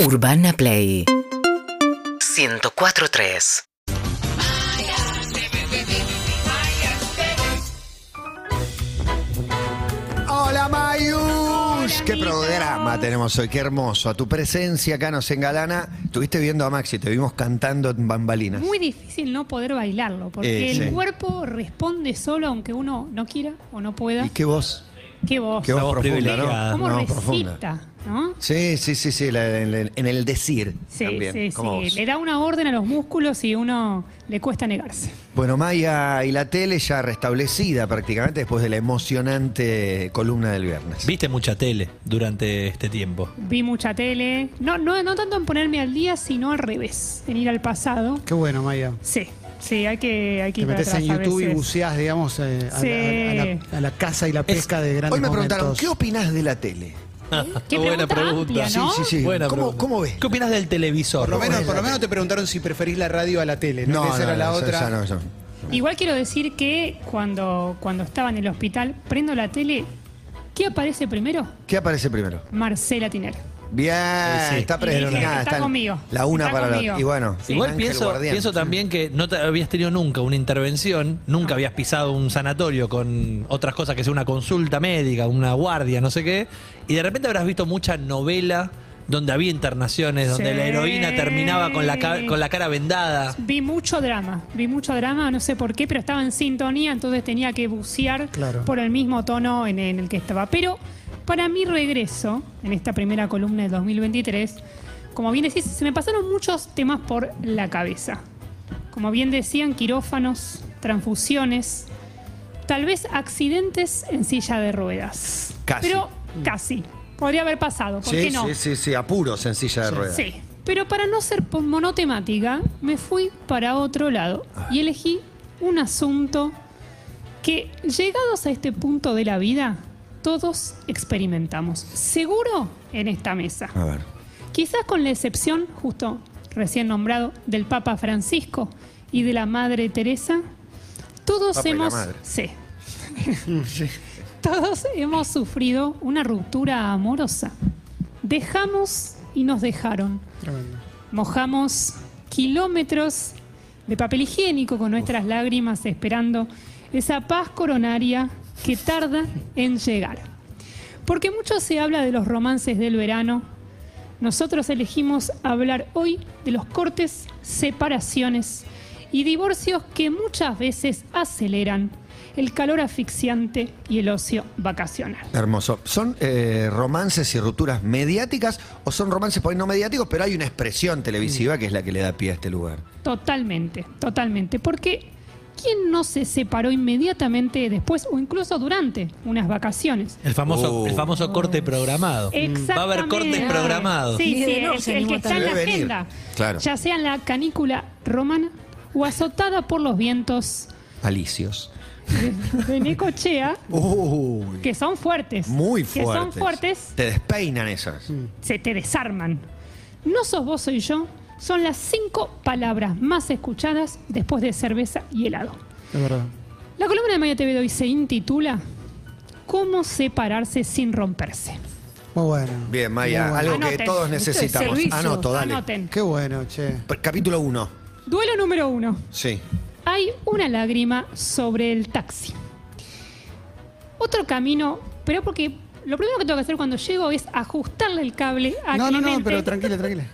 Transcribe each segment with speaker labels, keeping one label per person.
Speaker 1: Urbana Play 104.3
Speaker 2: Hola Mayush, qué programa tenemos hoy, qué hermoso. A tu presencia acá nos engalana. Estuviste viendo a Maxi, te vimos cantando en bambalinas.
Speaker 3: Muy difícil no poder bailarlo, porque
Speaker 2: Eh,
Speaker 3: el
Speaker 2: sí.
Speaker 3: cuerpo responde solo aunque uno no quiera o no pueda.
Speaker 2: ¿Y qué voz?
Speaker 3: Qué voz.
Speaker 2: Qué voz,
Speaker 4: Una voz
Speaker 2: profunda,
Speaker 4: privilegiada.
Speaker 2: ¿no?
Speaker 3: ¿Cómo
Speaker 2: Una voz
Speaker 3: recita? ¿No?
Speaker 2: Sí, sí, sí, sí, la- en, el- en el decir
Speaker 3: Sí,
Speaker 2: también,
Speaker 3: sí,
Speaker 2: como
Speaker 3: sí.
Speaker 2: vos.
Speaker 3: Le da una orden a los músculos y uno le cuesta negarse.
Speaker 2: Bueno, Maya y la tele ya restablecida prácticamente después de la emocionante columna del viernes.
Speaker 4: Viste mucha tele durante este tiempo.
Speaker 3: Vi mucha tele. No, no, no tanto en ponerme al día, sino al revés, en ir al pasado.
Speaker 5: Qué bueno, Maya.
Speaker 3: Sí, sí, hay que, hay que
Speaker 5: Te
Speaker 3: ir para
Speaker 5: metes en
Speaker 3: atrás a
Speaker 5: YouTube y
Speaker 3: veces.
Speaker 5: buceás, digamos, eh, a,
Speaker 3: Sí.
Speaker 5: la, a la- a la caza y la pesca de grandes
Speaker 2: Hoy me preguntaron,
Speaker 5: momentos.
Speaker 2: ¿qué opinás de la tele?
Speaker 3: Qué
Speaker 4: Ah, Buena
Speaker 3: pregunta
Speaker 4: pregunta.
Speaker 3: amplia, ¿no?
Speaker 2: Sí, sí, sí.
Speaker 4: Buena
Speaker 2: ¿Cómo-
Speaker 4: pregunta.
Speaker 2: cómo ves?
Speaker 4: ¿Qué opinas del televisor?
Speaker 6: Por lo,
Speaker 2: ¿Cómo
Speaker 6: menos,
Speaker 2: es
Speaker 6: por
Speaker 2: la
Speaker 6: lo menos te preguntaron si preferís la radio a la tele, ¿no? Que esa era la
Speaker 2: eso-
Speaker 6: otra.
Speaker 2: esa no, eso no.
Speaker 3: Igual quiero decir que cuando, cuando estaba en el hospital, prendo la tele. ¿Qué aparece primero?
Speaker 2: ¿Qué aparece primero?
Speaker 3: Era Tiner.
Speaker 2: Bien,
Speaker 4: Sí, sí.
Speaker 2: está
Speaker 3: Y dije,
Speaker 2: predestinada.
Speaker 3: está conmigo,
Speaker 2: La una
Speaker 3: está
Speaker 2: para la
Speaker 3: conmigo.
Speaker 2: otra. Y bueno,
Speaker 4: Igual
Speaker 2: Ángel
Speaker 4: pienso,
Speaker 2: Guardián.
Speaker 4: pienso también que no te habías tenido nunca una intervención, nunca habías pisado un sanatorio con otras cosas que sea una consulta médica, una guardia, no sé qué, y de repente habrás visto mucha novela donde había internaciones, donde
Speaker 3: Sí.
Speaker 4: la heroína terminaba con la, ca- con la cara vendada.
Speaker 3: Vi mucho drama, vi mucho drama, no sé por qué, pero estaba en sintonía, entonces tenía que bucear
Speaker 5: Claro.
Speaker 3: por el mismo tono en, en el que estaba. Pero para mi regreso, en esta primera columna del 2023, como bien decís, se me pasaron muchos temas por la cabeza. Como bien decían, quirófanos, transfusiones, tal vez accidentes en silla de ruedas.
Speaker 2: Casi.
Speaker 3: Pero casi. Podría haber pasado, ¿por
Speaker 2: sí,
Speaker 3: qué no?
Speaker 2: sí, sí, sí, apuro, sencilla de ruedas.
Speaker 3: Sí, pero para no ser po- monotemática, me fui para otro lado
Speaker 2: Ah.
Speaker 3: y elegí un asunto que, llegados a este punto de la vida, todos experimentamos. Seguro en esta mesa.
Speaker 2: A ver.
Speaker 3: Quizás con la excepción, justo recién nombrado, del Papa Francisco y de la Madre Teresa, todos
Speaker 2: Papa y la
Speaker 3: hemos.
Speaker 2: madre.
Speaker 3: Sí. todos hemos sufrido una ruptura amorosa. Dejamos y nos dejaron.
Speaker 5: Tremendo.
Speaker 3: Mojamos kilómetros de papel higiénico con nuestras lágrimas esperando esa paz coronaria que tarda en llegar. Porque mucho se habla de los romances del verano. Nosotros elegimos hablar hoy de los cortes, separaciones y divorcios que muchas veces aceleran el calor asfixiante y el ocio vacacional.
Speaker 2: Hermoso. ¿Son eh, romances y rupturas mediáticas o son romances por ahí no mediáticos, pero hay una expresión televisiva que es la que le da pie a este lugar?
Speaker 3: Totalmente, totalmente. Porque ¿quién no se separó inmediatamente después o incluso durante unas vacaciones?
Speaker 4: El famoso,
Speaker 2: Oh.
Speaker 4: el famoso corte programado.
Speaker 3: Exactamente.
Speaker 4: Mm, Va a haber cortes programados.
Speaker 3: Sí,
Speaker 7: Ni
Speaker 3: sí,
Speaker 7: de
Speaker 3: el,
Speaker 7: no se
Speaker 3: el
Speaker 7: animó
Speaker 3: que está en
Speaker 2: tanto.
Speaker 3: la
Speaker 2: Debe venir,
Speaker 3: agenda.
Speaker 2: claro.
Speaker 3: Ya sea en la canícula romana o azotada por los vientos
Speaker 2: Alicios.
Speaker 3: de Necochea,
Speaker 2: Uy,
Speaker 3: que son fuertes.
Speaker 2: muy
Speaker 3: Que
Speaker 2: fuertes.
Speaker 3: son fuertes,
Speaker 2: Te despeinan esas.
Speaker 3: se te desarman. No sos vos, soy yo. Son las cinco palabras más escuchadas después de cerveza y helado.
Speaker 5: Es verdad.
Speaker 3: La columna de Maya TV de hoy se intitula ¿Cómo separarse sin romperse?
Speaker 5: Muy bueno.
Speaker 2: Bien, Maya,
Speaker 5: Muy
Speaker 2: algo
Speaker 5: bueno.
Speaker 2: que
Speaker 3: Anoten.
Speaker 2: todos necesitamos.
Speaker 7: Servicio.
Speaker 2: Anoto, dale.
Speaker 3: Anoten.
Speaker 5: Qué bueno, che.
Speaker 2: P- Capítulo 1.
Speaker 3: Duelo número uno.
Speaker 2: Sí.
Speaker 3: Hay una lágrima sobre el taxi. Otro camino, pero porque lo primero que tengo que hacer cuando llego es ajustarle el cable a
Speaker 5: No, no, no,
Speaker 3: Clemente.
Speaker 5: pero tranquila, tranquila.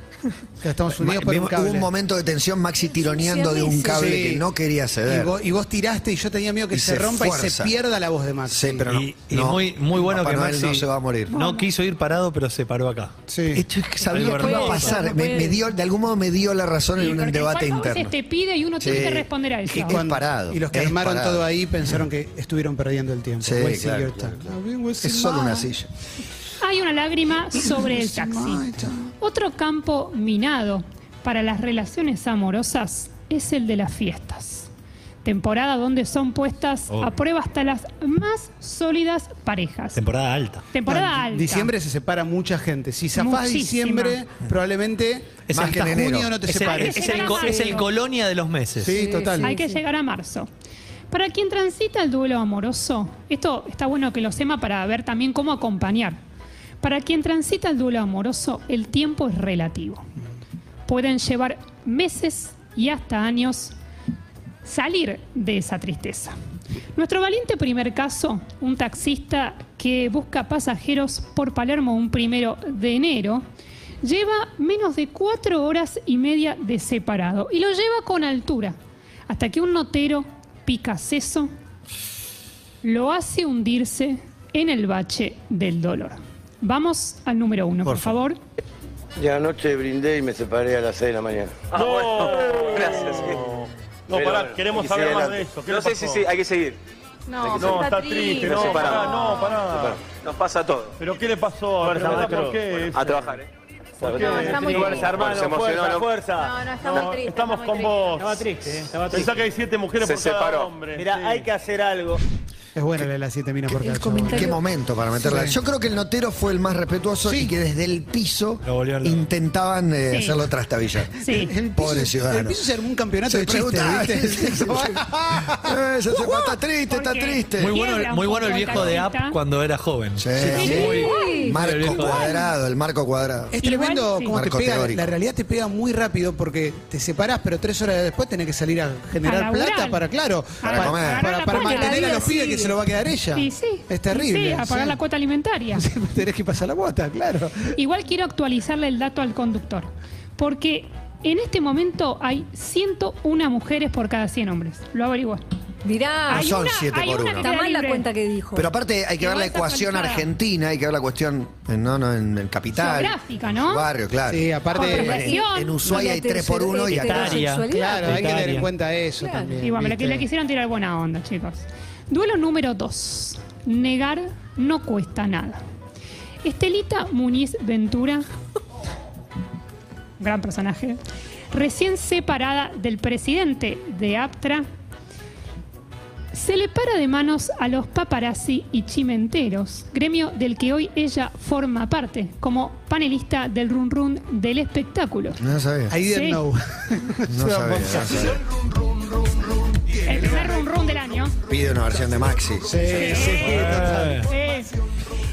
Speaker 5: Ya estamos
Speaker 2: Ma-
Speaker 5: unidos por un
Speaker 2: vimos- hubo
Speaker 5: cable.
Speaker 2: un momento de tensión, Maxi tironeando de un
Speaker 7: Servicio.
Speaker 2: cable
Speaker 6: Sí.
Speaker 2: que no quería
Speaker 6: Y
Speaker 2: ceder.
Speaker 6: vos, y vos tiraste y yo tenía miedo que
Speaker 2: Y
Speaker 6: se,
Speaker 2: se
Speaker 6: rompa y
Speaker 2: fuerza.
Speaker 6: se pierda la voz de Max.
Speaker 2: Sí, pero no.
Speaker 4: Y, y
Speaker 2: no.
Speaker 4: muy, muy bueno
Speaker 2: Papá
Speaker 4: que
Speaker 2: Noel
Speaker 4: Maxi
Speaker 2: no se va a morir.
Speaker 4: No quiso ir parado, pero se paró acá.
Speaker 5: Sí.
Speaker 2: Esto es que sabía
Speaker 4: Algo
Speaker 2: que iba a
Speaker 4: hermoso.
Speaker 2: pasar.
Speaker 7: No
Speaker 2: Me,
Speaker 7: puede.
Speaker 2: me dio, de algún modo me dio la razón
Speaker 3: Sí,
Speaker 2: en un
Speaker 3: porque
Speaker 2: debate
Speaker 3: ¿cuántas veces
Speaker 2: interno.
Speaker 3: te pide y uno tiene
Speaker 2: Sí.
Speaker 3: que responder a
Speaker 2: Y
Speaker 3: eso?
Speaker 2: cuando- Es parado,
Speaker 5: Y los que
Speaker 2: es
Speaker 5: armaron
Speaker 2: parado.
Speaker 5: todo ahí pensaron que estuvieron perdiendo el tiempo. este.
Speaker 2: Sí,
Speaker 5: Wasting
Speaker 2: claro,
Speaker 5: your
Speaker 2: claro,
Speaker 5: time.
Speaker 2: claro.
Speaker 5: I've been wasting
Speaker 2: Es solo
Speaker 5: my-
Speaker 2: una silla.
Speaker 3: Hay una lágrima sobre el taxi. Otro campo minado para las relaciones amorosas es el de las fiestas. Temporada donde son puestas
Speaker 4: Oh.
Speaker 3: a prueba hasta las más sólidas parejas.
Speaker 4: Temporada alta.
Speaker 3: Temporada
Speaker 5: No, en
Speaker 3: alta.
Speaker 5: Ah, Diciembre se separa mucha gente. Si
Speaker 3: Muchísima.
Speaker 5: zafás diciembre, probablemente
Speaker 4: Es
Speaker 2: Más
Speaker 4: el-
Speaker 2: que en enero.
Speaker 6: junio no te
Speaker 4: es el-
Speaker 6: separes.
Speaker 4: es
Speaker 3: Sí.
Speaker 4: el co- es el colonia de los meses.
Speaker 5: Sí, total.
Speaker 3: Hay que llegar a marzo. Para quien transita el duelo amoroso, esto está bueno que lo sepa para ver también cómo acompañar. Para quien transita el duelo amoroso, el tiempo es relativo. Pueden llevar meses y hasta años salir de esa tristeza. Nuestro valiente primer caso, un taxista que busca pasajeros por Palermo un primero de enero, lleva menos de cuatro horas y media de separado y lo lleva con altura, hasta que un notero pica seso, lo hace hundirse en el bache del dolor. Vamos al número uno, por, favor.
Speaker 1: Ya anoche brindé y me separé a las 6 de la mañana.
Speaker 7: Ah, bueno.
Speaker 8: Gracias. sí.
Speaker 7: No,
Speaker 8: Pero
Speaker 7: pará,
Speaker 8: bueno,
Speaker 7: queremos
Speaker 8: y
Speaker 7: saber
Speaker 8: sigue
Speaker 7: más
Speaker 8: adelante.
Speaker 7: de eso. ¿Qué
Speaker 8: no
Speaker 7: le
Speaker 8: sé
Speaker 7: pasó?
Speaker 8: si sí, hay que seguir.
Speaker 7: No,
Speaker 8: Hay que
Speaker 7: está,
Speaker 8: seguir.
Speaker 7: triste.
Speaker 8: Nos
Speaker 7: No, pará,
Speaker 8: separamos.
Speaker 7: no, pará.
Speaker 8: Nos pasa a todos.
Speaker 7: ¿Pero qué le pasó? A ver, ¿por qué?
Speaker 8: A trabajar, ¿eh?
Speaker 7: ¿Por qué? este
Speaker 9: No, está muy
Speaker 7: Fuerza,
Speaker 9: triste.
Speaker 7: hermano,
Speaker 1: Se emocionó,
Speaker 7: fuerza,
Speaker 1: ¿no?
Speaker 7: fuerza.
Speaker 9: No, no, estamos tristes, estamos
Speaker 7: Estamos con
Speaker 9: tristes.
Speaker 7: vos.
Speaker 10: Estaba triste, ¿eh? estaba triste.
Speaker 7: Pensá que hay siete mujeres
Speaker 8: Se
Speaker 7: por cada
Speaker 8: separó.
Speaker 7: hombre.
Speaker 10: Mirá,
Speaker 7: sí.
Speaker 10: hay que hacer algo.
Speaker 5: Es buena la de las siete minas por cada chabón.
Speaker 2: Qué momento para meterla.
Speaker 5: Sí.
Speaker 2: Yo creo que el notero fue el más respetuoso y que desde el piso
Speaker 4: Lo volvió loco.
Speaker 2: intentaban eh,
Speaker 3: Sí.
Speaker 2: hacerlo trastabillar. Eh,
Speaker 3: Sí.
Speaker 5: El piso-
Speaker 2: Pobre ciudadano.
Speaker 5: El piso se armó un campeonato
Speaker 2: Se
Speaker 5: de chistes,
Speaker 2: chuta,
Speaker 5: ¿viste?
Speaker 2: ¿viste? Eh, se sepa, está triste, está
Speaker 3: Porque-
Speaker 2: triste.
Speaker 4: Muy
Speaker 3: Quiebra
Speaker 4: bueno,
Speaker 3: un
Speaker 4: muy bueno el
Speaker 3: poco el
Speaker 4: viejo de App
Speaker 3: taxista.
Speaker 4: cuando era joven.
Speaker 2: Sí,
Speaker 3: Sí.
Speaker 4: Pero
Speaker 2: Marco
Speaker 4: bien
Speaker 2: cuadrado, el marco cuadrado.
Speaker 5: Es
Speaker 3: Igual,
Speaker 5: tremendo
Speaker 3: sí.
Speaker 5: cómo te
Speaker 2: Marco
Speaker 5: pega.
Speaker 2: teórico.
Speaker 5: La realidad te pega muy rápido porque te separás, pero tres horas después tenés que salir a generar
Speaker 3: A laburar.
Speaker 5: plata para, claro,
Speaker 3: Para
Speaker 5: pa-
Speaker 2: comer.
Speaker 5: para-
Speaker 3: Pagar la
Speaker 5: para
Speaker 3: cuota.
Speaker 5: mantener a los
Speaker 9: Sí.
Speaker 5: pibes que se lo va a quedar ella.
Speaker 3: Y sí.
Speaker 5: Es terrible.
Speaker 3: Sí, a pagar
Speaker 5: Sí.
Speaker 3: la cuota alimentaria.
Speaker 5: Tenés que pasar la cuota, claro.
Speaker 3: Igual quiero actualizarle el dato al conductor, porque en este momento hay 101 mujeres por cada 100 hombres. Lo averigué.
Speaker 9: Mirá,
Speaker 2: No
Speaker 3: Hay
Speaker 2: Ah, son
Speaker 3: una-
Speaker 2: siete
Speaker 3: hay
Speaker 2: por
Speaker 3: una
Speaker 2: uno.
Speaker 3: que
Speaker 9: está
Speaker 3: era
Speaker 9: mal la
Speaker 3: libre.
Speaker 9: cuenta que dijo.
Speaker 2: Pero aparte hay que
Speaker 3: Igual
Speaker 2: ver la
Speaker 3: está
Speaker 2: ecuación
Speaker 3: actualizada.
Speaker 2: argentina, hay que ver la cuestión en, no, no, en el capital.
Speaker 3: Geográfica,
Speaker 2: en
Speaker 3: ¿no?
Speaker 2: su barrio, claro.
Speaker 5: Sí,
Speaker 3: Con
Speaker 5: aparte.
Speaker 2: en,
Speaker 3: Población.
Speaker 2: en Ushuaia hay
Speaker 9: Con la
Speaker 2: 3 por 1 y acá.
Speaker 4: Etaria.
Speaker 9: heterosexualidad.
Speaker 5: Claro, hay que tener en
Speaker 4: Italia.
Speaker 5: cuenta eso
Speaker 9: Claro.
Speaker 5: también.
Speaker 3: Y bueno, me la-
Speaker 5: Eh, ¿viste?
Speaker 3: le quisieron tirar buena onda, chicos. Duelo número 2. Negar no cuesta nada. Estelita Muñiz Ventura, gran personaje, recién separada del presidente de Aptra, se le para de manos a los paparazzi y chimenteros, gremio del que hoy ella forma parte, como panelista del run run del espectáculo.
Speaker 2: No sabía.
Speaker 5: I didn't
Speaker 3: Sí.
Speaker 5: know.
Speaker 2: No sabía, no sabía.
Speaker 3: El primer run run del año.
Speaker 2: Pide una versión de Maxi.
Speaker 5: Sí,
Speaker 4: Eh,
Speaker 3: Eh,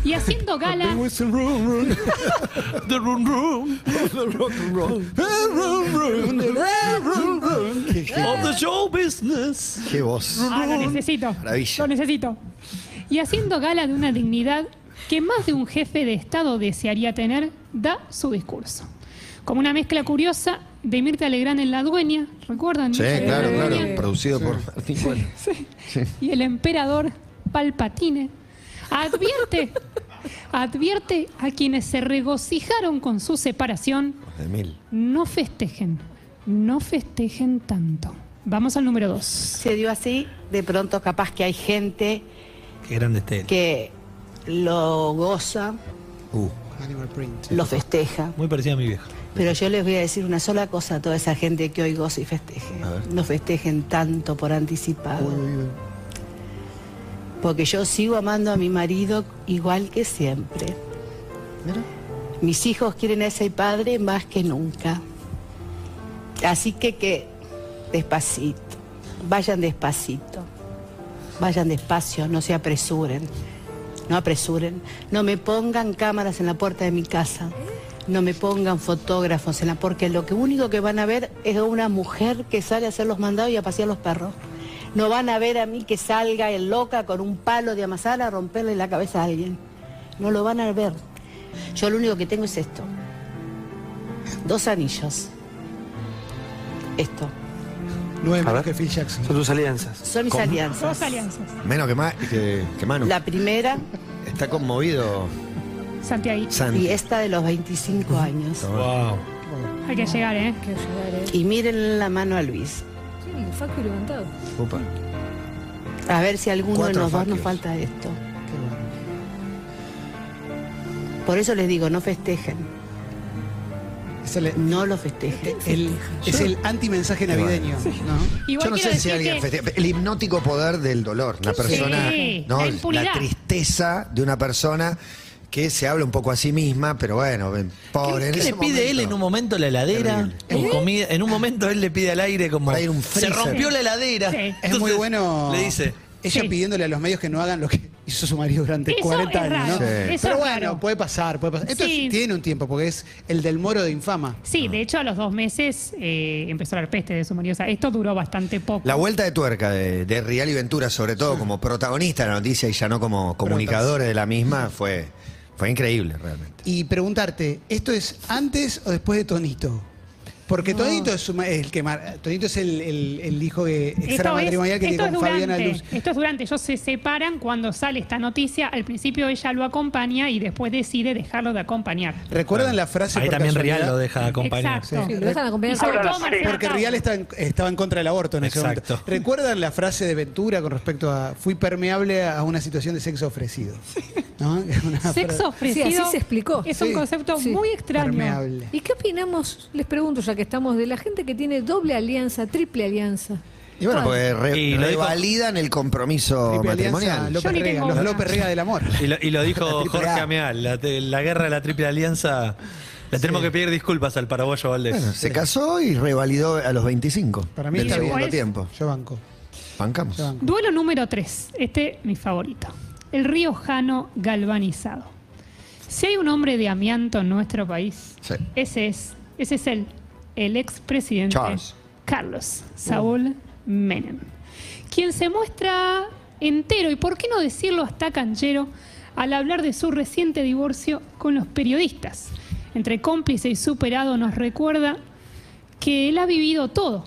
Speaker 3: y haciendo gala
Speaker 4: The room room of the show business.
Speaker 2: Qué voz.
Speaker 3: Ah, lo necesito.
Speaker 2: Maravilla.
Speaker 3: Lo necesito. Y haciendo gala de una dignidad que más de un jefe de Estado desearía tener, da su discurso. Como una mezcla curiosa de Mirta Legrand en La Dueña, ¿recuerdan?
Speaker 2: Sí,
Speaker 3: Mirta Legrand
Speaker 2: claro,
Speaker 3: en La
Speaker 2: claro.
Speaker 3: Dueña?
Speaker 2: Producido por Martín Bueno.
Speaker 3: Y el emperador Palpatine advierte, advierte a quienes se regocijaron con su separación,
Speaker 2: De mil.
Speaker 3: no festejen, no festejen tanto. Vamos al número dos.
Speaker 11: se dio así, de pronto capaz que hay gente
Speaker 4: Qué grande este.
Speaker 11: que lo goza,
Speaker 2: Uh.
Speaker 5: Animal print.
Speaker 11: lo festeja.
Speaker 4: Muy parecido a mi vieja.
Speaker 11: Pero yo les voy a decir una sola cosa a toda esa gente que hoy goza y festeje. No festejen tanto por anticipado. Porque yo sigo amando a mi marido igual que siempre. Mis hijos quieren a ese padre más que nunca. Así que que despacito, vayan despacito, vayan despacio, no se apresuren, no apresuren, no me pongan cámaras en la puerta de mi casa, no me pongan fotógrafos en la porque lo que único que van a ver es a una mujer que sale a hacer los mandados y a pasear los perros. No van a ver a mí que salga el loca con un palo de amasar a romperle la cabeza a alguien. No lo van a ver. Yo lo único que tengo es esto. Dos anillos. Esto.
Speaker 5: Nueve
Speaker 8: A
Speaker 5: menos
Speaker 8: ver.
Speaker 5: que Phil Jackson.
Speaker 8: Son tus alianzas.
Speaker 11: Son mis alianzas.
Speaker 3: Dos alianzas.
Speaker 2: Menos que, Ma- que, que Manu.
Speaker 11: La primera
Speaker 2: Está conmovido
Speaker 3: Santiago,
Speaker 11: y
Speaker 2: Santi.
Speaker 11: esta de los 25 años.
Speaker 4: Wow.
Speaker 3: hay que llegar, ¿eh?
Speaker 9: Que ayudar, eh.
Speaker 11: Y miren la mano a Luis.
Speaker 9: Sí, Facu levantado.
Speaker 2: Upa.
Speaker 11: A ver si alguno
Speaker 2: Cuatro
Speaker 11: de los dos
Speaker 2: faquios.
Speaker 11: nos falta esto. Por eso les digo, no festejen.
Speaker 5: Es el,
Speaker 11: No lo festejen.
Speaker 5: el- es el anti-mensaje navideño. ¿no?
Speaker 3: Igual
Speaker 2: Yo no
Speaker 3: quiero
Speaker 2: sé si
Speaker 3: decir
Speaker 2: alguien
Speaker 3: que-
Speaker 2: festeja. El hipnótico poder del dolor. La persona.
Speaker 3: Sí,
Speaker 2: ¿no?
Speaker 3: la
Speaker 2: la
Speaker 3: impunidad.
Speaker 2: tristeza de una persona que se habla un poco a sí misma, pero bueno, ven, pobre.
Speaker 4: ¿Qué,
Speaker 2: en
Speaker 4: qué
Speaker 2: ese
Speaker 4: le pide
Speaker 2: momento-
Speaker 4: él en un momento la heladera? con comida? En un momento él le pide al aire como.
Speaker 2: Para ir a un
Speaker 4: se
Speaker 2: freezer".
Speaker 4: rompió la heladera.
Speaker 3: Sí. Es
Speaker 5: Es muy
Speaker 4: Entonces,
Speaker 5: bueno.
Speaker 4: Le dice.
Speaker 5: Ella
Speaker 3: Sí.
Speaker 5: pidiéndole a los medios que no hagan lo que hizo su marido durante
Speaker 3: Eso
Speaker 5: 40
Speaker 3: es
Speaker 5: años, ¿no?
Speaker 3: raro,
Speaker 2: Sí.
Speaker 3: eso es
Speaker 5: Pero bueno,
Speaker 3: raro.
Speaker 5: puede pasar, puede pasar. Esto es-
Speaker 3: Sí.
Speaker 5: tiene un tiempo, porque es el del moro de infama.
Speaker 3: Sí, de hecho a los dos meses eh, empezó a dar peste de su marido. O sea, esto duró bastante poco.
Speaker 2: La vuelta de tuerca de, de Rial y Ventura, sobre todo como protagonista de la noticia y ya no como comunicadores de la misma, fue, fue increíble realmente.
Speaker 5: Y preguntarte, ¿esto es antes o después de Tonito? Porque Tonito es, su ma- el que mar- Tonito es el, el- el hijo que extramatrimonial que tiene
Speaker 3: esto
Speaker 5: con
Speaker 3: es
Speaker 5: Fabiana
Speaker 3: durante,
Speaker 5: Luz.
Speaker 3: Esto es durante, ellos se separan cuando sale esta noticia. Al principio ella lo acompaña y después decide dejarlo de acompañar.
Speaker 5: ¿Recuerdan la frase
Speaker 4: Ahí
Speaker 5: por
Speaker 4: también
Speaker 5: casualidad?
Speaker 4: Rial lo deja acompañar.
Speaker 3: Exacto.
Speaker 9: Sí, lo dejan acompañar
Speaker 3: Y sobre
Speaker 9: Ahora
Speaker 3: todo
Speaker 9: sí.
Speaker 3: Marcela
Speaker 5: Porque
Speaker 3: Cabo.
Speaker 5: Rial está en- estaba en contra del aborto en ese
Speaker 4: Exacto.
Speaker 5: momento. ¿Recuerdan la frase de Ventura con respecto a fui permeable a una situación de sexo ofrecido? ¿No? Una frase-
Speaker 3: Sexo ofrecido.
Speaker 9: Sí, así se explicó.
Speaker 3: Es un
Speaker 5: Sí,
Speaker 3: concepto
Speaker 9: sí.
Speaker 3: muy extraño.
Speaker 5: Permeable.
Speaker 9: ¿Y qué opinamos, les pregunto ya que estamos, de la gente que tiene doble alianza, triple alianza?
Speaker 2: Y bueno, pues re-
Speaker 4: Y lo dijo-
Speaker 2: revalidan el compromiso
Speaker 5: Triple alianza,
Speaker 2: matrimonial.
Speaker 5: López
Speaker 3: Yo ni
Speaker 5: Rega,
Speaker 3: tengo
Speaker 5: los
Speaker 3: una.
Speaker 5: López Rega del amor.
Speaker 4: Y lo, y lo
Speaker 5: La
Speaker 4: dijo
Speaker 5: triple
Speaker 4: Jorge
Speaker 5: A.
Speaker 4: Amial, la, te- la guerra de la triple alianza. Le tenemos que pedir disculpas al paraguayo Valdés.
Speaker 2: Bueno, se casó y revalidó a los 25
Speaker 5: Para mí
Speaker 2: del
Speaker 5: está bien.
Speaker 2: segundo tiempo.
Speaker 5: Yo banco.
Speaker 2: Bancamos.
Speaker 5: Yo banco.
Speaker 3: Duelo número 3. Este mi favorito. El riojano galvanizado. Si hay un hombre de amianto en nuestro país,
Speaker 2: Sí.
Speaker 3: ese es, ese es él, el expresidente
Speaker 2: Charles.
Speaker 3: Carlos Saúl Menem, quien se muestra entero, y por qué no decirlo hasta canchero, al hablar de su reciente divorcio con los periodistas. Entre cómplice y superado nos recuerda que él ha vivido todo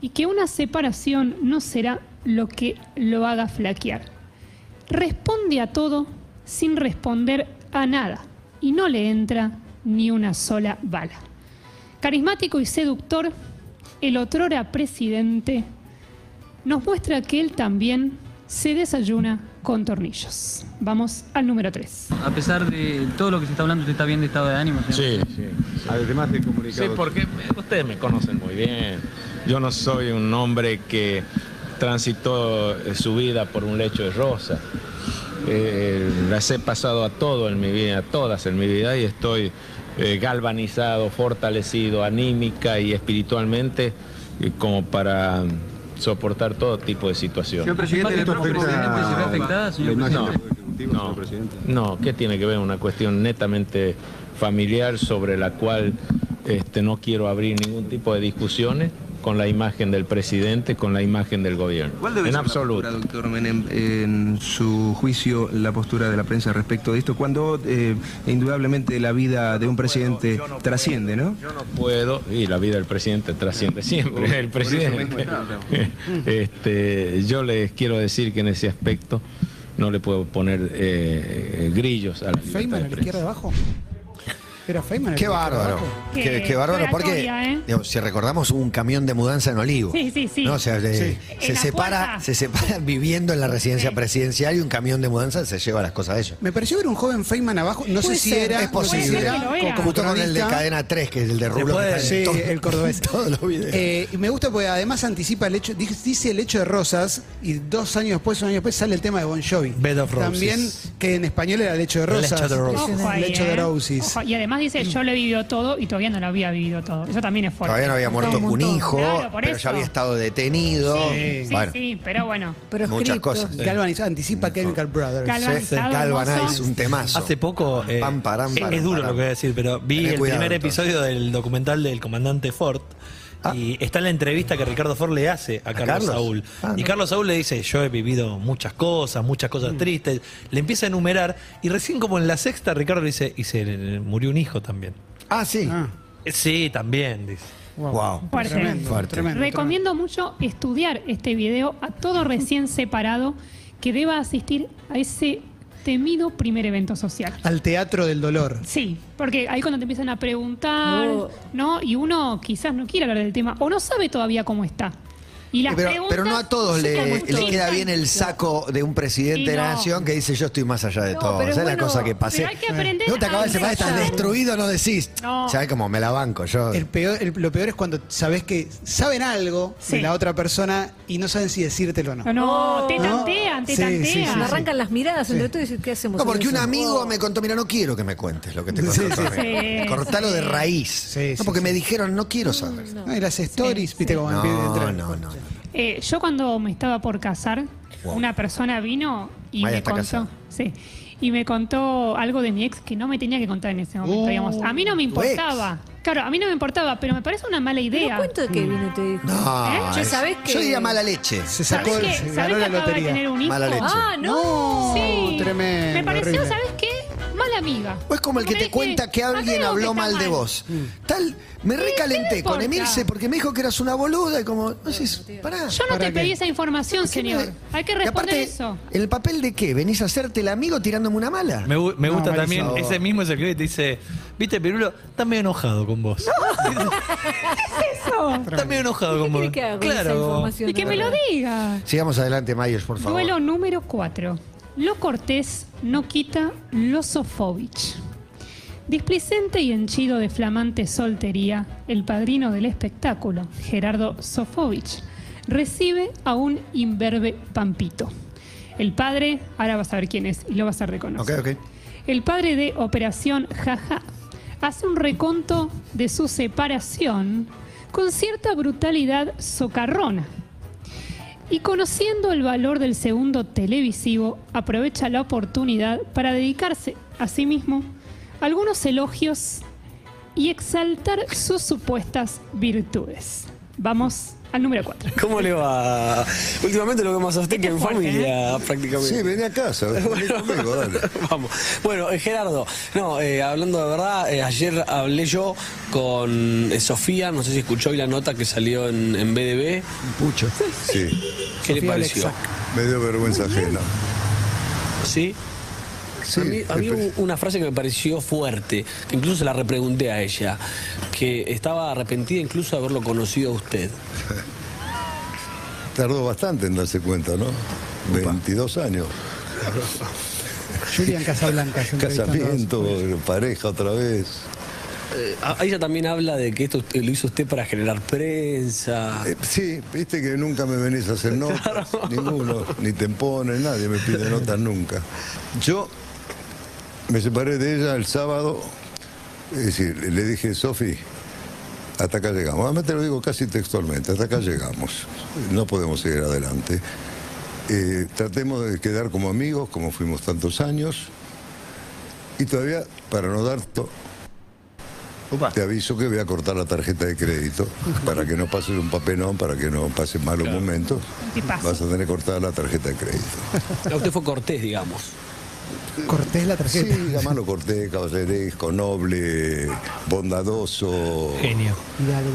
Speaker 3: y que una separación no será lo que lo haga flaquear. Responde a todo sin responder a nada y no le entra ni una sola bala. Carismático y seductor, el otrora presidente nos muestra que él también se desayuna con tornillos. Vamos al número 3.
Speaker 12: A pesar de todo lo que se está hablando, usted está bien de estado de ánimo. Sí, sí.
Speaker 7: Además de
Speaker 12: Sí,
Speaker 7: comunicar.
Speaker 12: porque ustedes me conocen muy bien. Yo no soy un hombre que transitó eh, su vida por un lecho de rosa. Eh, las he pasado a todo en mi vida, a todas en mi vida, y estoy eh, galvanizado, fortalecido, anímica y espiritualmente, eh, como para mm, soportar todo tipo de situaciones.
Speaker 7: presidente le
Speaker 12: se ve afectada, señor presidente? No, no, ¿qué tiene que ver? Una cuestión netamente familiar sobre la cual este, no quiero abrir ningún tipo de discusiones con la imagen del presidente, con la imagen del gobierno. en absoluto.
Speaker 7: doctor Menem, en su juicio, la postura de la prensa respecto de esto, cuando eh, indudablemente la vida de un presidente trasciende, ¿no?
Speaker 12: Yo no puedo, y la vida del presidente trasciende siempre, el presidente. Este, yo les quiero decir que en ese aspecto no le puedo poner eh, grillos a la libertad de
Speaker 5: Feynman a la
Speaker 12: prensa.
Speaker 5: izquierda de abajo. Era Feynman. a la
Speaker 2: Qué
Speaker 5: izquierda de
Speaker 2: bárbaro.
Speaker 5: abajo.
Speaker 3: Qué
Speaker 2: Qué, qué bárbaro. Porque
Speaker 3: oratoria, ¿eh?
Speaker 2: digamos, si recordamos hubo un camión de mudanza en Olivo.
Speaker 3: Sí, sí, sí.
Speaker 2: ¿no? O sea, de-
Speaker 5: Sí.
Speaker 2: se
Speaker 3: En la
Speaker 2: separa,
Speaker 3: puerta.
Speaker 2: se separa viviendo en la residencia
Speaker 3: Sí.
Speaker 2: presidencial y un camión de mudanza se lleva las cosas de ellos.
Speaker 5: Me pareció ver un joven Feynman abajo. No sé
Speaker 2: Puede
Speaker 5: si
Speaker 2: ser,
Speaker 5: era.
Speaker 2: es
Speaker 5: no sé si
Speaker 2: posible.
Speaker 5: era
Speaker 3: Creo que lo era.
Speaker 5: como
Speaker 2: Junto con el de
Speaker 5: cronista.
Speaker 2: cadena 3, que es el de Rulo
Speaker 4: puede?
Speaker 2: que está en
Speaker 5: Sí,
Speaker 2: todo-
Speaker 5: el cordobés.
Speaker 2: todos los videos.
Speaker 5: Eh, y me gusta porque además anticipa el hecho, di- dice el hecho de Rosas y dos años después, un año después sale el tema de Bon Jovi.
Speaker 4: Bed of Roses.
Speaker 5: También que en español era el hecho de
Speaker 4: El
Speaker 5: Rosas.
Speaker 4: hecho de Rosas.
Speaker 3: Ojo ahí,
Speaker 5: Lecho
Speaker 3: ¿eh?
Speaker 5: de Roses.
Speaker 3: Ojo, Y además dice, yo lo he vivido todo y todavía no lo había vivido todo. Eso también es fuerte.
Speaker 2: Todavía no había muerto
Speaker 9: un
Speaker 2: un
Speaker 9: montón.
Speaker 2: hijo,
Speaker 3: Claro, por
Speaker 2: pero
Speaker 3: eso.
Speaker 2: ya había estado detenido.
Speaker 3: Sí, sí,
Speaker 2: Bueno,
Speaker 3: sí, pero bueno.
Speaker 2: muchas
Speaker 9: Proscripto.
Speaker 2: cosas.
Speaker 5: Galvanizado, anticipa Chemical Brothers.
Speaker 3: Galvanizado,
Speaker 2: Galvanize,
Speaker 3: hermoso.
Speaker 2: un temazo.
Speaker 4: Hace poco. eh,
Speaker 2: Pam, param,
Speaker 4: es-
Speaker 2: param,
Speaker 4: es duro
Speaker 2: param.
Speaker 4: lo que voy a decir, pero vi
Speaker 2: Tené
Speaker 4: el
Speaker 2: cuidado,
Speaker 4: primer
Speaker 2: entonces. Ah.
Speaker 4: episodio del documental del comandante Ford. Y está en la entrevista que Ricardo Ford le hace a, Carlos,
Speaker 2: Carlos?
Speaker 4: Saúl.
Speaker 2: Ah,
Speaker 4: y
Speaker 2: no. Mm.
Speaker 4: Carlos Saúl le dice, yo he vivido muchas cosas, muchas cosas tristes. Le empieza a enumerar y recién como en la sexta Ricardo le dice, y se le murió un hijo también.
Speaker 2: Ah, sí.
Speaker 5: Ah,
Speaker 4: Eh, Sí, también, dice.
Speaker 5: wow.
Speaker 2: Wow.
Speaker 3: Fuerte.
Speaker 5: Tremendo,
Speaker 2: Fuerte.
Speaker 5: tremendo,
Speaker 3: Recomiendo mucho estudiar este video a todo recién separado que deba asistir a ese temido primer evento social.
Speaker 5: tremendo. Al teatro del dolor.
Speaker 3: Sí, porque ahí cuando te empiezan a preguntar,
Speaker 9: No.
Speaker 3: ¿no? Y uno quizás no quiere hablar del tema o no sabe todavía cómo está. Y las
Speaker 2: Eh, Pero,
Speaker 3: preguntas
Speaker 2: pero no a todos
Speaker 3: son
Speaker 2: le,
Speaker 3: como
Speaker 2: le queda bien el saco de un presidente
Speaker 3: Y
Speaker 2: de la
Speaker 3: no.
Speaker 2: nación que dice yo estoy más allá de
Speaker 9: No,
Speaker 2: todo.
Speaker 9: pero
Speaker 2: Esa es la
Speaker 9: bueno,
Speaker 2: cosa que pasé.
Speaker 3: pero hay que aprender
Speaker 2: no te acabas
Speaker 3: a
Speaker 2: de separar, estás
Speaker 3: desechar.
Speaker 2: destruido, no decís.
Speaker 3: No.
Speaker 2: ¿Sabes cómo? Me la banco yo.
Speaker 5: El peor, el- lo peor es cuando sabes que saben algo
Speaker 3: Sí.
Speaker 5: de la otra persona y no saben si decírtelo o no.
Speaker 3: No, no, te
Speaker 9: No.
Speaker 3: tantean, te
Speaker 5: Sí, sí, sí,
Speaker 3: tantean.
Speaker 9: Me arrancan las miradas entre todos y dicen, ¿qué hacemos?
Speaker 2: No, porque un
Speaker 9: Eso.
Speaker 2: amigo me contó, mira, no quiero que me cuentes lo que te
Speaker 5: Sí,
Speaker 2: contó.
Speaker 5: sí,
Speaker 2: tu amigo.
Speaker 3: sí.
Speaker 2: Cortalo de raíz.
Speaker 5: Sí,
Speaker 2: no,
Speaker 5: sí,
Speaker 2: porque
Speaker 5: sí.
Speaker 2: me dijeron, no quiero saber.
Speaker 5: No, y las stories, viste, como
Speaker 2: No,
Speaker 5: empiezan a
Speaker 2: no,
Speaker 5: entrar.
Speaker 2: no. no.
Speaker 3: Eh, yo cuando me estaba por casar,
Speaker 2: Wow.
Speaker 3: una persona vino y
Speaker 2: Maya
Speaker 3: me
Speaker 2: está
Speaker 3: contó.
Speaker 2: casada.
Speaker 3: Sí. Y me contó algo de mi ex que no me tenía que contar en ese momento,
Speaker 2: Uh,
Speaker 3: digamos. A mí no me
Speaker 2: tu ex.
Speaker 3: importaba. Claro, a mí no me importaba, pero me parece una mala idea.
Speaker 9: cuento de qué vino te dijo?
Speaker 2: No,
Speaker 9: Yo
Speaker 2: es-
Speaker 9: sabés que...
Speaker 2: Yo diría mala leche.
Speaker 5: Se
Speaker 3: ¿Sabés
Speaker 5: sacó,
Speaker 3: que, ¿sabés
Speaker 5: se ganó
Speaker 3: que
Speaker 5: la
Speaker 3: acaba de
Speaker 5: lotería.
Speaker 3: tener un hijo?
Speaker 2: Mala leche.
Speaker 9: Ah, no.
Speaker 3: Sí.
Speaker 5: tremendo,
Speaker 3: Me pareció,
Speaker 5: horrible.
Speaker 3: ¿sabes qué? Mala amiga.
Speaker 2: O es Pues como el que
Speaker 3: Porque
Speaker 2: te cuenta
Speaker 3: dije,
Speaker 2: que
Speaker 3: acá
Speaker 2: alguien
Speaker 3: algo
Speaker 2: habló
Speaker 3: está Mm.
Speaker 2: mal de vos. Tal, me recalenté con
Speaker 3: importa?
Speaker 2: Emilce porque me dijo que eras una boluda y como, no sé, pará.
Speaker 3: Yo no
Speaker 5: ¿Para
Speaker 3: te pedí
Speaker 5: qué?
Speaker 3: esa información, señor. Hay que
Speaker 2: Y
Speaker 3: responder
Speaker 2: aparte,
Speaker 3: eso.
Speaker 2: ¿el papel de qué? ¿Venís a hacerte el amigo tirándome una mala?
Speaker 4: Me, gu- me
Speaker 5: No,
Speaker 4: gusta
Speaker 5: Marisa,
Speaker 4: también,
Speaker 5: vos.
Speaker 4: ese mismo es el que te dice, viste, Pirulo, está medio enojado con vos.
Speaker 3: Eso.
Speaker 4: Está medio enojado con
Speaker 9: ¿Qué
Speaker 4: vos.
Speaker 9: quiere que haga con esa
Speaker 4: claro.
Speaker 9: información?
Speaker 3: Y que me lo diga.
Speaker 2: Sigamos adelante, Myers, por favor.
Speaker 3: Duelo número 4. Lo cortés no quita lo sofovich. Displicente y henchido de flamante soltería, el padrino del espectáculo, Gerardo Sofovich, recibe a un imberbe Pampito. El padre, ahora vas a ver quién es y lo vas a
Speaker 2: Ok,
Speaker 3: reconocer.
Speaker 2: ok.
Speaker 3: El padre de Operación Jaja hace un reconto de su separación con cierta brutalidad socarrona. Y conociendo el valor del segundo televisivo, aprovecha la oportunidad para dedicarse a sí mismo algunos elogios y exaltar sus supuestas virtudes. Vamos al número 4.
Speaker 13: ¿Cómo le va? Últimamente lo que más a usted que en
Speaker 4: ¿eh?
Speaker 13: familia, prácticamente.
Speaker 2: Sí, vení a casa, vení conmigo, dale.
Speaker 13: Vamos. Bueno, eh, Gerardo, no, eh, hablando de verdad, eh, ayer hablé yo con eh, Sofía, no sé si escuchó hoy la nota que salió en, en BDB.
Speaker 2: Pucho. Sí,
Speaker 13: ¿Qué le
Speaker 5: Sofía
Speaker 13: pareció?
Speaker 5: Alexa.
Speaker 2: me dio vergüenza ajena.
Speaker 13: ¿Sí?
Speaker 2: Sí,
Speaker 13: a mí, a mí
Speaker 2: me
Speaker 13: hubo una frase que me pareció fuerte, que incluso se la repregunté a ella, que estaba arrepentida incluso de haberlo conocido a usted.
Speaker 14: Tardó bastante en darse cuenta, ¿no? 22 años.
Speaker 5: Julian Casablancas. entrevistando
Speaker 14: Casamiento, pareja otra vez.
Speaker 13: Eh, a- ella también habla de que esto usted- lo hizo usted para generar prensa.
Speaker 14: Eh, sí, viste que nunca me venís a hacer notas, ninguno, ni te pones, nadie me pide notas nunca. Yo me separé de ella el sábado, es decir, le- le dije, Sofi, hasta acá llegamos. Además te lo digo casi textualmente, hasta acá llegamos, no podemos seguir adelante. Eh, tratemos de quedar como amigos, como fuimos tantos años, y todavía, para no dar to- Te aviso que voy a cortar la tarjeta de crédito para que no pases un papelón, para que no pases malos momentos.
Speaker 3: ¿Qué pasa?
Speaker 14: Vas a tener cortada la tarjeta de crédito.
Speaker 13: A usted fue cortés, digamos.
Speaker 5: Cortés la tarjeta.
Speaker 14: Sí, llamarlo cortés, caballeresco, noble, bondadoso,
Speaker 4: Genio.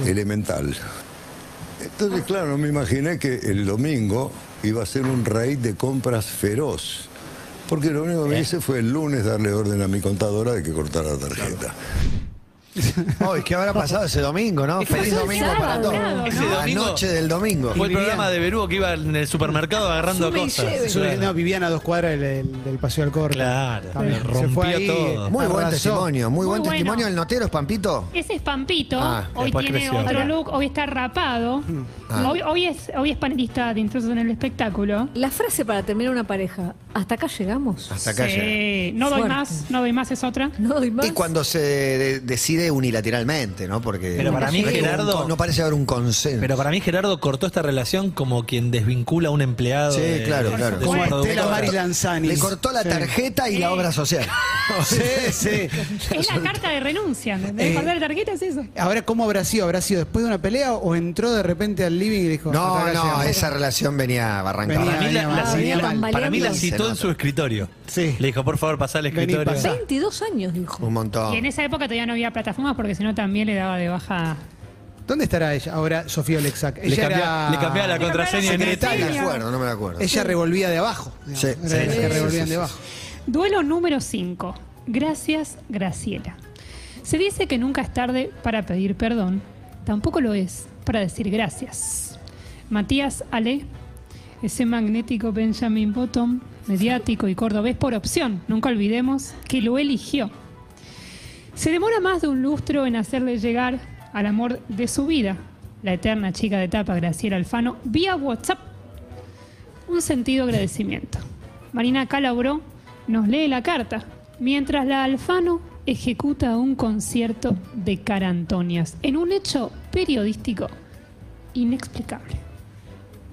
Speaker 14: elemental. Entonces, claro, me imaginé que el domingo iba a ser un raid de compras feroz. Porque lo único que hice fue el lunes darle orden a mi contadora de que cortara la tarjeta.
Speaker 2: Oh, es que habrá pasado ese domingo, ¿no? Feliz
Speaker 9: pasó el
Speaker 2: domingo
Speaker 9: sábado,
Speaker 2: para todos.
Speaker 9: claro,
Speaker 4: Ese
Speaker 2: La
Speaker 4: domingo-
Speaker 2: noche del domingo.
Speaker 4: Fue el programa de Berúo que iba en el supermercado agarrando
Speaker 9: Sube y lleve.
Speaker 4: cosas.
Speaker 5: Su-
Speaker 4: Claro.
Speaker 5: No, vivían a dos cuadras del, del- del Paseo del Corte.
Speaker 4: Claro,
Speaker 5: También.
Speaker 4: rompió
Speaker 5: Se fue ahí,
Speaker 4: todo.
Speaker 2: Muy buen
Speaker 5: arrasó.
Speaker 2: testimonio, muy,
Speaker 3: Muy
Speaker 2: buen
Speaker 3: bueno.
Speaker 2: testimonio del notero, es Pampito.
Speaker 3: Ese es Pampito,
Speaker 2: Ah,
Speaker 3: hoy
Speaker 4: después
Speaker 3: tiene
Speaker 4: creció.
Speaker 3: otro look, hoy está rapado,
Speaker 2: Ah.
Speaker 3: hoy, hoy es, hoy es panelista de Intrusos en el Espectáculo.
Speaker 9: La frase para terminar una pareja, hasta acá llegamos.
Speaker 2: Hasta acá
Speaker 3: Sí,
Speaker 2: llega.
Speaker 3: no doy
Speaker 9: Fuerte.
Speaker 3: más, no doy más, es otra.
Speaker 9: No doy más.
Speaker 2: Y cuando se de- decide unilateralmente, ¿no? Porque
Speaker 4: Pero para mí,
Speaker 2: no es como un
Speaker 4: Gerardo-
Speaker 2: con- no parece haber un consenso.
Speaker 4: Pero para mí Gerardo cortó esta relación como quien desvincula a un empleado.
Speaker 2: Sí,
Speaker 4: de-
Speaker 2: claro,
Speaker 4: de-
Speaker 2: claro.
Speaker 4: de su
Speaker 5: Como
Speaker 4: producto.
Speaker 5: Estela Mari Lanzani.
Speaker 2: Le cortó la
Speaker 5: Sí.
Speaker 2: tarjeta y la obra social.
Speaker 5: Sí, sí.
Speaker 3: Es la carta de renuncia, ¿entendés?
Speaker 5: Eh.
Speaker 3: Guardar tarjeta es eso.
Speaker 5: Ahora, ¿cómo habrá sido? ¿Habrá sido después de una pelea o entró de repente al living y dijo... "Hasta
Speaker 2: No,
Speaker 5: acá
Speaker 2: no,
Speaker 5: llegamos"?
Speaker 2: esa relación venía barrancada.
Speaker 4: Para mí la,
Speaker 5: venía
Speaker 4: la-
Speaker 5: mal, venía
Speaker 4: para
Speaker 5: mal.
Speaker 4: para mí la
Speaker 9: Valeria
Speaker 4: citó en su escritorio.
Speaker 5: Sí.
Speaker 4: Le dijo, por favor, pasá al
Speaker 5: Vení,
Speaker 4: escritorio.
Speaker 5: pasá.
Speaker 9: 22 años, dijo.
Speaker 2: Un montón.
Speaker 3: Y en esa época todavía no había plataformas porque si no también le daba de baja.
Speaker 5: ¿Dónde estará ella? Ahora, Sofía Olexac.
Speaker 4: Le
Speaker 5: Ella
Speaker 4: cambiaba
Speaker 5: era...
Speaker 4: le cambiaba la
Speaker 3: Le cambiaba la
Speaker 4: contraseña en el
Speaker 2: No
Speaker 3: secretaria.
Speaker 2: me acuerdo, no me acuerdo.
Speaker 5: Ella revolvía de abajo. digamos.
Speaker 2: Sí,
Speaker 5: Era
Speaker 2: sí,
Speaker 5: de las
Speaker 2: sí,
Speaker 5: que
Speaker 2: sí,
Speaker 5: revolvían
Speaker 2: sí,
Speaker 5: de
Speaker 2: sí.
Speaker 5: abajo.
Speaker 3: Duelo número 5. Gracias, Graciela. Se dice que nunca es tarde para pedir perdón, tampoco lo es para decir gracias. Matías Ale, ese magnético Benjamin Bottom, mediático y cordobés por opción, nunca olvidemos que lo eligió. Se demora más de un lustro en hacerle llegar al amor de su vida, la eterna chica de tapa Graciela Alfano, vía WhatsApp un sentido agradecimiento. Marina Calabró nos lee la carta, mientras la Alfano ejecuta un concierto de Cara Antonias en un hecho periodístico inexplicable.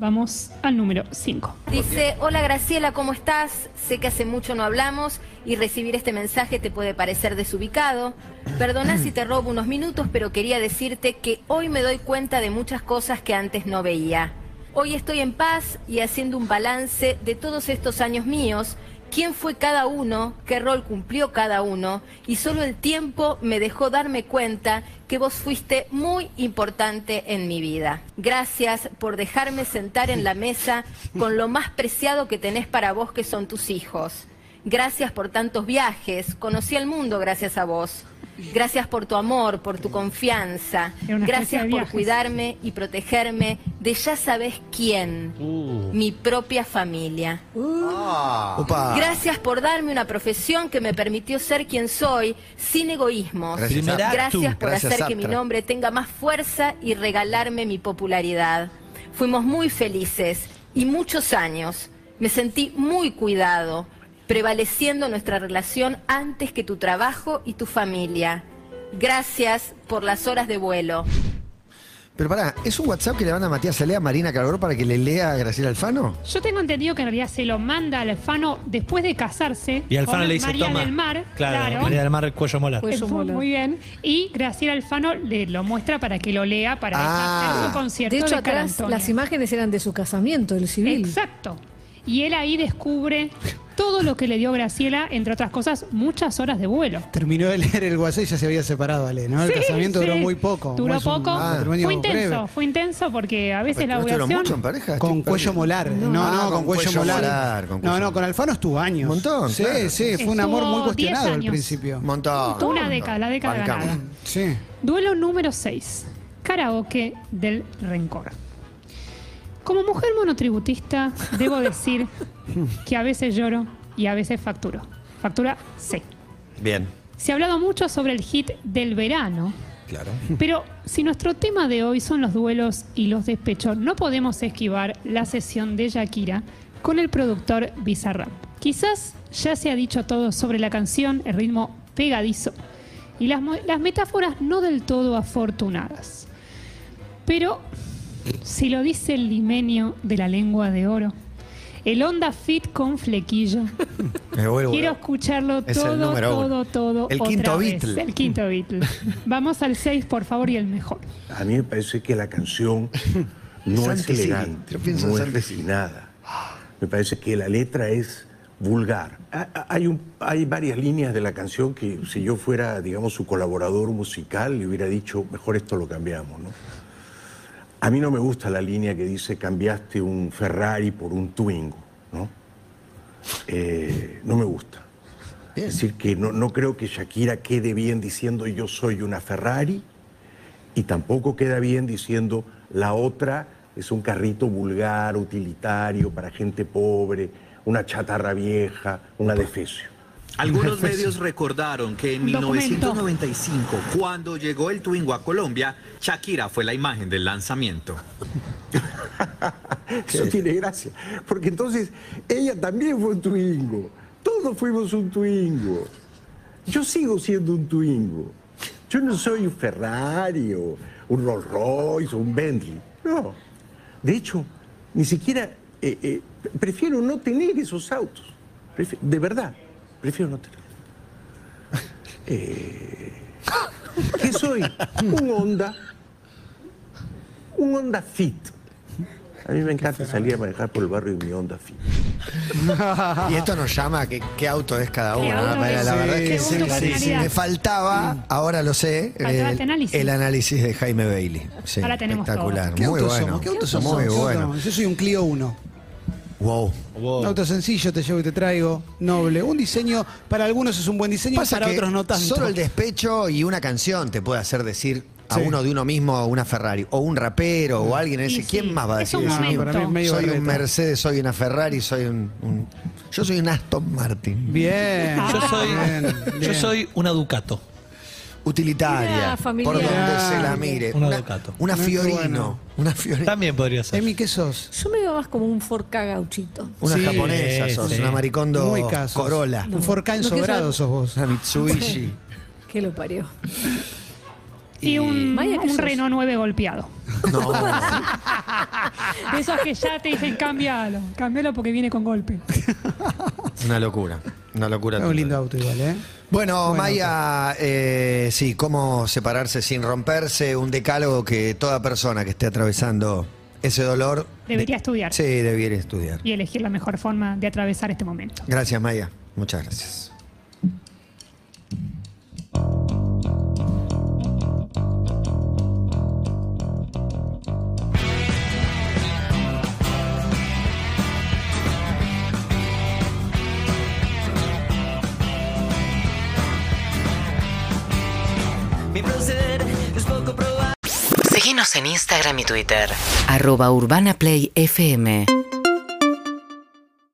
Speaker 3: Vamos al número 5.
Speaker 15: Dice, hola Graciela, ¿cómo estás? Sé que hace mucho no hablamos y recibir este mensaje te puede parecer desubicado. Perdona si te robo unos minutos, pero quería decirte que hoy me doy cuenta de muchas cosas que antes no veía. Hoy estoy en paz y haciendo un balance de todos estos años míos, quién fue cada uno, qué rol cumplió cada uno, y solo el tiempo me dejó darme cuenta que vos fuiste muy importante en mi vida. Gracias por dejarme sentar en la mesa con lo más preciado que tenés para vos, que son tus hijos. Gracias por tantos viajes, conocí el mundo gracias a vos. Gracias por tu amor, por tu confianza.
Speaker 3: Era una especie
Speaker 15: Gracias
Speaker 3: de
Speaker 15: por
Speaker 3: viajes.
Speaker 15: cuidarme y protegerme de ya sabes quién,
Speaker 4: Uh.
Speaker 15: mi propia familia.
Speaker 2: Opa.
Speaker 15: Gracias por darme una profesión que me permitió ser quien soy, sin egoísmos.
Speaker 2: Gracias, Sastra.
Speaker 15: Gracias por
Speaker 2: Gracias,
Speaker 15: hacer que mi
Speaker 2: Sastra.
Speaker 15: nombre tenga más fuerza y regalarme mi popularidad. Fuimos muy felices y muchos años. Me sentí muy cuidado, prevaleciendo nuestra relación antes que tu trabajo y tu familia. Gracias por las horas de vuelo.
Speaker 2: Pero pará, ¿es un WhatsApp que le manda Matías Salea a Marina Calor para que le lea a Graciela Alfano?
Speaker 3: Yo tengo entendido que en realidad se lo manda al Alfano después de casarse.
Speaker 4: Y Alfano
Speaker 3: con
Speaker 4: le dice,
Speaker 3: María
Speaker 4: toma.
Speaker 3: del Mar.
Speaker 4: Claro, María del Mar, cuello molar.
Speaker 3: Eh, fue Muy bien. Y Graciela Alfano le lo muestra para que lo lea, para
Speaker 2: Ah.
Speaker 3: hacer su concierto.
Speaker 9: De hecho,
Speaker 3: Cara
Speaker 9: atrás
Speaker 3: Antonia.
Speaker 9: las imágenes eran de su casamiento, el civil.
Speaker 3: Exacto. Y él ahí descubre todo lo que le dio Graciela, entre otras cosas, muchas horas de vuelo.
Speaker 5: Terminó de leer el WhatsApp y ya se había separado, Ale, ¿no? El
Speaker 3: Sí,
Speaker 5: casamiento
Speaker 3: sí.
Speaker 5: duró muy poco.
Speaker 3: Duró
Speaker 5: más un
Speaker 3: poco.
Speaker 5: matrimonio
Speaker 3: fue intenso,
Speaker 5: breve.
Speaker 3: fue intenso porque a veces la
Speaker 2: ¿No estuvieron mucho
Speaker 3: duración.
Speaker 2: en pareja?
Speaker 5: Con cuello molar. No, no,
Speaker 2: Ah,
Speaker 5: con, cuello, molar.
Speaker 2: con
Speaker 5: no,
Speaker 2: cuello
Speaker 5: no, con Alfano estuvo años.
Speaker 2: Un montón,
Speaker 5: Sí,
Speaker 2: claro.
Speaker 5: sí, fue un amor
Speaker 3: Estuvo
Speaker 5: muy
Speaker 3: 10
Speaker 5: cuestionado al
Speaker 3: años.
Speaker 5: principio.
Speaker 2: Montón.
Speaker 3: Una década, la década
Speaker 2: Bancamos.
Speaker 3: ganada.
Speaker 5: Sí.
Speaker 3: Duelo número 6. Karaoke del rencor. Como mujer monotributista, debo decir que a veces lloro y a veces facturo. Factura C.
Speaker 2: Bien.
Speaker 3: Se ha hablado mucho sobre el hit del verano,
Speaker 2: Claro.
Speaker 3: pero si nuestro tema de hoy son los duelos y los despechos, no podemos esquivar la sesión de Shakira con el productor Bizarrap. Quizás ya se ha dicho todo sobre la canción, el ritmo pegadizo y las, mo- las metáforas no del todo afortunadas. Pero si lo dice el limenio de la lengua de oro, el onda fit con flequillo,
Speaker 2: Me vuelvo.
Speaker 3: Quiero escucharlo
Speaker 2: Es el
Speaker 3: todo,
Speaker 2: número uno.
Speaker 3: todo, todo.
Speaker 2: El
Speaker 3: otra
Speaker 2: quinto
Speaker 3: vez.
Speaker 2: Beatle.
Speaker 3: El quinto Beatle. Vamos al 6, por favor, y el mejor.
Speaker 16: A mí me parece que la canción no es
Speaker 2: Santi, sí.
Speaker 16: elegante,
Speaker 2: Yo pienso en
Speaker 16: no es
Speaker 2: Santi.
Speaker 16: refinada. Me parece que la letra es vulgar. Ha- ha- Ah, Hay, un- hay varias líneas de la canción que si yo fuera, digamos, su colaborador musical, le hubiera dicho, mejor esto lo cambiamos, ¿no? A mí no me gusta la línea que dice, cambiaste un Ferrari por un Twingo, ¿no? Eh, no me gusta. Es decir, que no, no creo que Shakira quede bien diciendo yo soy una Ferrari y tampoco queda bien diciendo la otra es un carrito vulgar, utilitario, para gente pobre, una chatarra vieja, una defecio.
Speaker 17: Algunos medios recordaron que en
Speaker 3: Documento.
Speaker 17: 1995, cuando llegó el Twingo a Colombia, Shakira fue la imagen del lanzamiento.
Speaker 16: Eso tiene gracia. Porque entonces ella también fue un Twingo. Todos fuimos un Twingo. Yo sigo siendo un Twingo. Yo no soy un Ferrari o un Rolls Royce o un Bentley. No. De hecho, ni siquiera eh, eh, prefiero no tener esos autos. Prefi- de verdad, prefiero no tener. Eh, ¿Qué soy? Un Honda. Un Honda Fit. A mí me encanta salir a manejar por el barrio de mi Honda Fit.
Speaker 2: Y esto nos llama a que- qué auto es cada uno. ¿no?
Speaker 3: auto
Speaker 2: La,
Speaker 3: es?
Speaker 2: verdad
Speaker 3: Sí,
Speaker 2: es que
Speaker 3: según tu personalidad.
Speaker 2: me faltaba, ahora lo sé,
Speaker 3: Faltaba
Speaker 2: el,
Speaker 3: este análisis.
Speaker 2: el análisis de Jaime Bailey. Sí,
Speaker 3: Ahora tenemos
Speaker 2: espectacular.
Speaker 3: todo.
Speaker 5: ¿Qué
Speaker 2: Muy
Speaker 5: autos
Speaker 2: bueno.
Speaker 5: somos? ¿Qué autos somos?
Speaker 2: Muy
Speaker 5: ¿Qué autos
Speaker 2: bueno.
Speaker 5: somos? Yo soy un Clio 1.
Speaker 2: Wow.
Speaker 5: Un auto sencillo, te llevo y te traigo, noble. Un diseño, para algunos es un buen diseño,
Speaker 2: Pasa
Speaker 5: para
Speaker 2: que
Speaker 5: otros no tanto.
Speaker 2: Solo el despecho y una canción te puede hacer decir a
Speaker 5: Sí.
Speaker 2: uno de uno mismo a una Ferrari o un rapero o alguien ese.
Speaker 3: Y
Speaker 2: ¿Quién
Speaker 3: sí,
Speaker 2: más va a
Speaker 3: es
Speaker 2: decir
Speaker 3: un
Speaker 2: eso?
Speaker 3: momento.
Speaker 5: para mí es medio
Speaker 2: soy un
Speaker 5: berreta.
Speaker 2: Mercedes, soy una Ferrari, soy un, un- yo soy un Aston Martin.
Speaker 5: Bien.
Speaker 4: Yo soy,
Speaker 5: Bien,
Speaker 4: yo
Speaker 5: bien.
Speaker 4: soy una Ducato.
Speaker 2: Utilitaria,
Speaker 9: Mirá, familiar.
Speaker 2: por donde se la
Speaker 5: Eh,
Speaker 2: mire.
Speaker 4: Una
Speaker 2: Una,
Speaker 4: Ducato.
Speaker 2: una
Speaker 5: Muy
Speaker 2: Fiorino,
Speaker 5: bueno.
Speaker 2: una Fiorino,
Speaker 4: También podría ser.
Speaker 5: Emi, ¿qué sos?
Speaker 9: Yo me veo más como un forca gauchito.
Speaker 2: una
Speaker 5: Sí,
Speaker 2: japonesa, sos,
Speaker 4: sí.
Speaker 2: una maricondo
Speaker 5: Muy casos.
Speaker 2: Corolla,
Speaker 5: Un Forcán
Speaker 9: No, que
Speaker 5: sobrado
Speaker 9: sos-
Speaker 5: sos vos.
Speaker 2: una Mitsubishi.
Speaker 9: Que lo parió.
Speaker 3: Y un,
Speaker 9: Vaya que
Speaker 3: un
Speaker 9: sos.
Speaker 3: Renault 9 golpeado. De Esos que ya te dicen, cámbialo, cámbialo porque viene con golpe.
Speaker 2: Una locura. Una locura.
Speaker 5: Es un lindo auto igual, ¿eh?
Speaker 2: Bueno, Maya, eh, sí, cómo separarse sin romperse, un decálogo que toda persona que esté atravesando ese dolor...
Speaker 3: Debería estudiar.
Speaker 2: Sí, debiera estudiar.
Speaker 3: Y elegir la mejor forma de atravesar este momento.
Speaker 2: Gracias, Maya. Muchas gracias.
Speaker 18: Mi proceder es poco probable.
Speaker 19: Síguenos en Instagram y Twitter.
Speaker 20: Arroba Urbana Play FM.